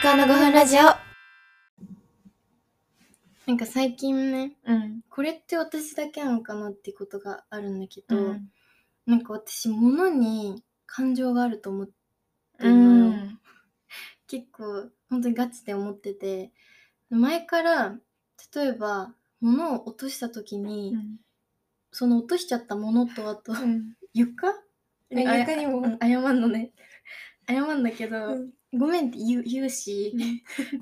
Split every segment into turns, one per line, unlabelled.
川の5分ラジオ。
なんか最近ね
うん。
これって私だけなのかなってことがあるんだけ
う
ど、
ん。
なんか私物に感情があると思って
う
うん
ん。
結構本当にガチで思ってて前から例えば物を落とした時に、その落としちゃったものとあと
う ん。
床
え
あ
床にも
うん謝んのね 謝んだけど、
うん
ごめんって言う言うし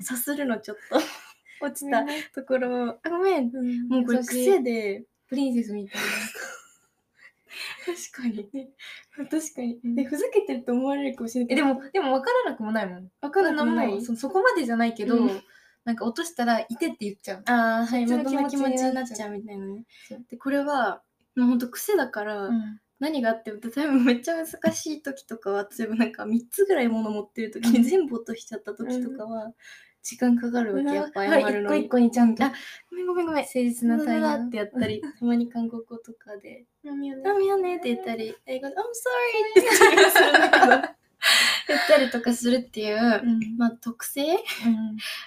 さするのちょっと 落ちたところをあごめんもうこれ癖
で。
で
プリンセスみたい
確かにね確かに、
うん
でふざけてると思われるかもしれない
な。え、で
けど
も、でも分からなくもないもん。
分かんなくもな
あの
い
そそこまでじゃないけど
うん、
なんか落としたら、いてって言っちゃう。
ああはい
そっ
元
ち
の
の
気
気
持
持
ち
ち
に
にな
なっ
っ
ち
ち
ゃ
ゃ
うみたいなね
そう
でこれはもうほんと癖だから、
うん
何があっても例えばめっちゃ難しい時とかは例えばなんか3つぐらい物持ってる時
う
に
ん
全部落としちゃった時とかは時間かかるわけ、やっぱ
あ
謝
一
るの
個
に
一個にちゃんと。
あごめんごめんごめん誠
実な対応
ってやったりたまに韓国語とかで
うん
「ダメやね」って言ったり英語で「I'm sorry」って言ったりするんだけど言ったりとかするっていう、まあ特性
うん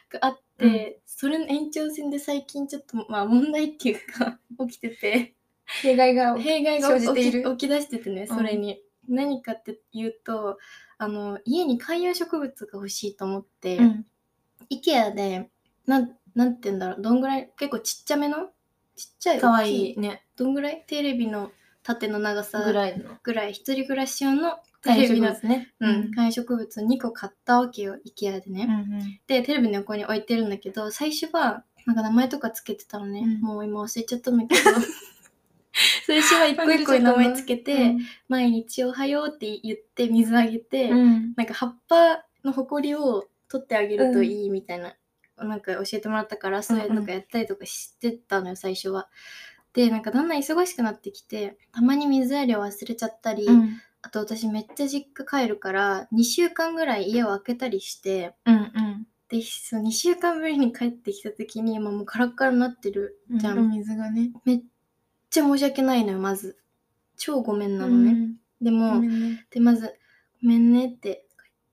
があって、
うん
それの延長線で最近ちょっとまあ問題っていうか 起きてて
弊害が。
弊害が
生
起
じて
き
いる
起き出しててねそれに、何かっていうとあの家に観葉植物が欲しいと思って、
うん。
IKEA でなんなんて言うんだろうどんぐらい結構ちっちゃめのちっちゃい
かわ
大き
いいね。
どんぐらいテレビの縦の長さ
ぐらいの。
ぐらい一人暮らし用のテ
大
レ
丈
ビ
夫
の
で、すね。
うん、観葉植物2個買ったわけよ IKEA でね、
うん
でテレビの横に置いてるんだけど最初はなんか名前とかつけてたのね、
うん
もう今忘れちゃったんだけど 最初は一個一個に名前つけて、毎日「おはよう」って言って水あげて、
うん。
なんか葉っぱのほこりを取ってあげるといいみたいな、なんか教えてもらったからそういうのとかやったりとかしてたのよ最初は。でなんかだんだん忙しくなってきてたまに水やりを忘れちゃったり、
うん。
あと私めっちゃ実家帰るから2週間ぐらい家を開けたりして。
うん。
でそう2週間ぶりに帰ってきた時に今もうカラッカラになってる
うん。
じゃん
お水がね。
めっちゃ申し訳ないのよまず超ごめんなの
う
ね、
ん。
でも、
ごめんね。
でまず「ごめんね」って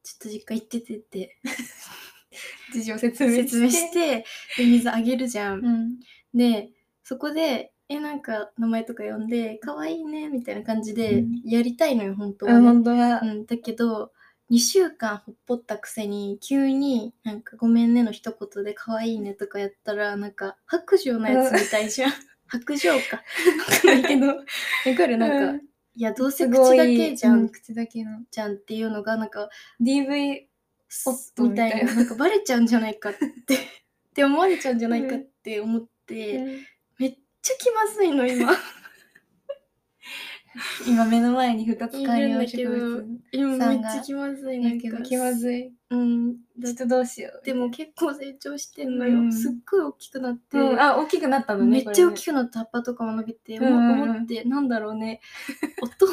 ちょっと実家行っててって
事情説明して。
説明してで水あげるじゃん、
うん。
でそこでえなんか名前とか呼んで「可愛いね」みたいな感じで
うん
やりたいのよ本当は
あ
ね、
本当は
う。ん、だけど2週間ほっぽったくせに急になんか「ごめんね」の一言で「可愛いね」とかやったらなんか白状なやつみたい じゃん白状かだけどわかるなんか、
うん
いやどうせ口だけじゃん、
う口だけの。
じゃんっていうのがなんか
DV。
す
おっと
みたい
みた
な
な
いなんかバレちゃうんじゃないかってって思われちゃうんじゃないかって思って、めっちゃ気まずいの 今
今目の前に二つ観
いるん
葉
だ
植
けど
物。
今
さ
めっ
んが
ちゃ気まずいな
だ
ん
け
か
ど気まずい。
うんだ
人どうしよう。
でも結構成長してんのよ、
うん
すっごい大きくなって、
うん、あ、大きくなったの
め
ね。
っちゃ大
く。
きくなった葉っぱとかも伸びて、
うん
思思ってなんだろ うねお父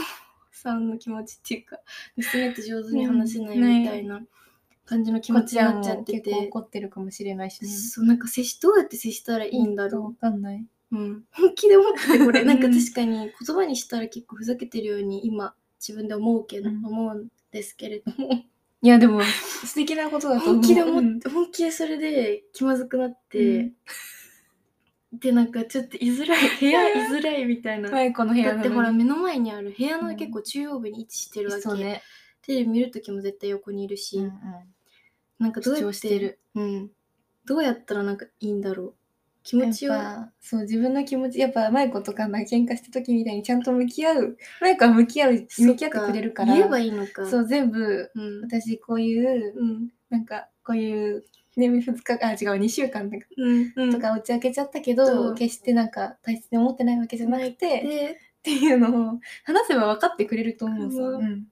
さんの気持ちっていうか娘って上手に話せないみたいな感じの気
こ
持
っ
ち
ち
に
は
なっ
も
ちゃっ
う
て
結
て
構怒ってるかもしれないしね。
そうなんか接しどうやって接したらいいんだ
わ
ろ
かんない。
う、うん、本気で思っててこれなんか
うん
確かに言葉にしたら結構ふざけてるように今自分で思うけど、
うん
思うんですけれども
いや、でも、素敵なことだと思う。
本気で思
う
っ
ん
て、本気でそれで気まずくなっ
う
て
ん、
でなんかちょっと居づらい部屋居づらいみたいな、
はい、この部屋
だってほら
見
目の前にある部屋
う
の
ん
結構中央部に位置してるわけ、
そうね。
テレビ見る時も絶対横にいるし、
うんうん
なんかどうや
主張
っ
して
て
る
うん、どうやったらなんかいいんだろう気
や
持ち
っ
を
ぱそう自分の気持ちやっぱ舞子とかが喧嘩した時みたいにちゃんと向き合う舞子は向き合う向き合ってくれるから
言えばいいのか
そう全部
うん
私こういう
うん
なんかこういうね2日あ違う2週間とか,、
うんうん
とか打ち明けちゃったけ
そ
ど
う
決してなんか大切に思ってないわけじゃなくてっ
で
ていうのを話せば分かってくれると思うさ、
うん
うん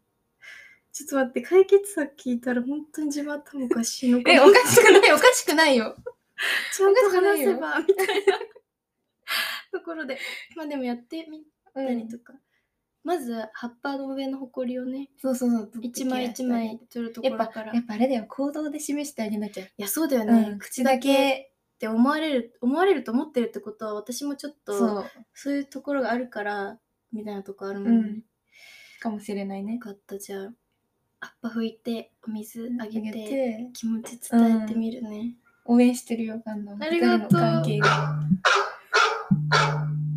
ちょっと待って解決策聞いたら本当に自分頭おかしいのか
えおかしく ないおかしくないよ
ちゃんと話せばみたいなところでまあでもやってみたりとか、まず葉っぱの上のほこりをね
そうそうそう
一枚一枚取るとこ
や
ろ
っ
か
ぱ
ら
やっぱあれだよ行動で示してあげなきゃ、
いやそうだよね、
うん、
口
口
っ
だけ
て思われる思われると思ってるってことは私もちょっとそう
そう
いうところがあるからみたいなとこあるも
うん
ね、
んかもしれないね
よかったじゃあアッパ拭いてお水あげて
て
気持ち伝えてみるね、
応援してるよファンの
ありがと
二
う
人の関係が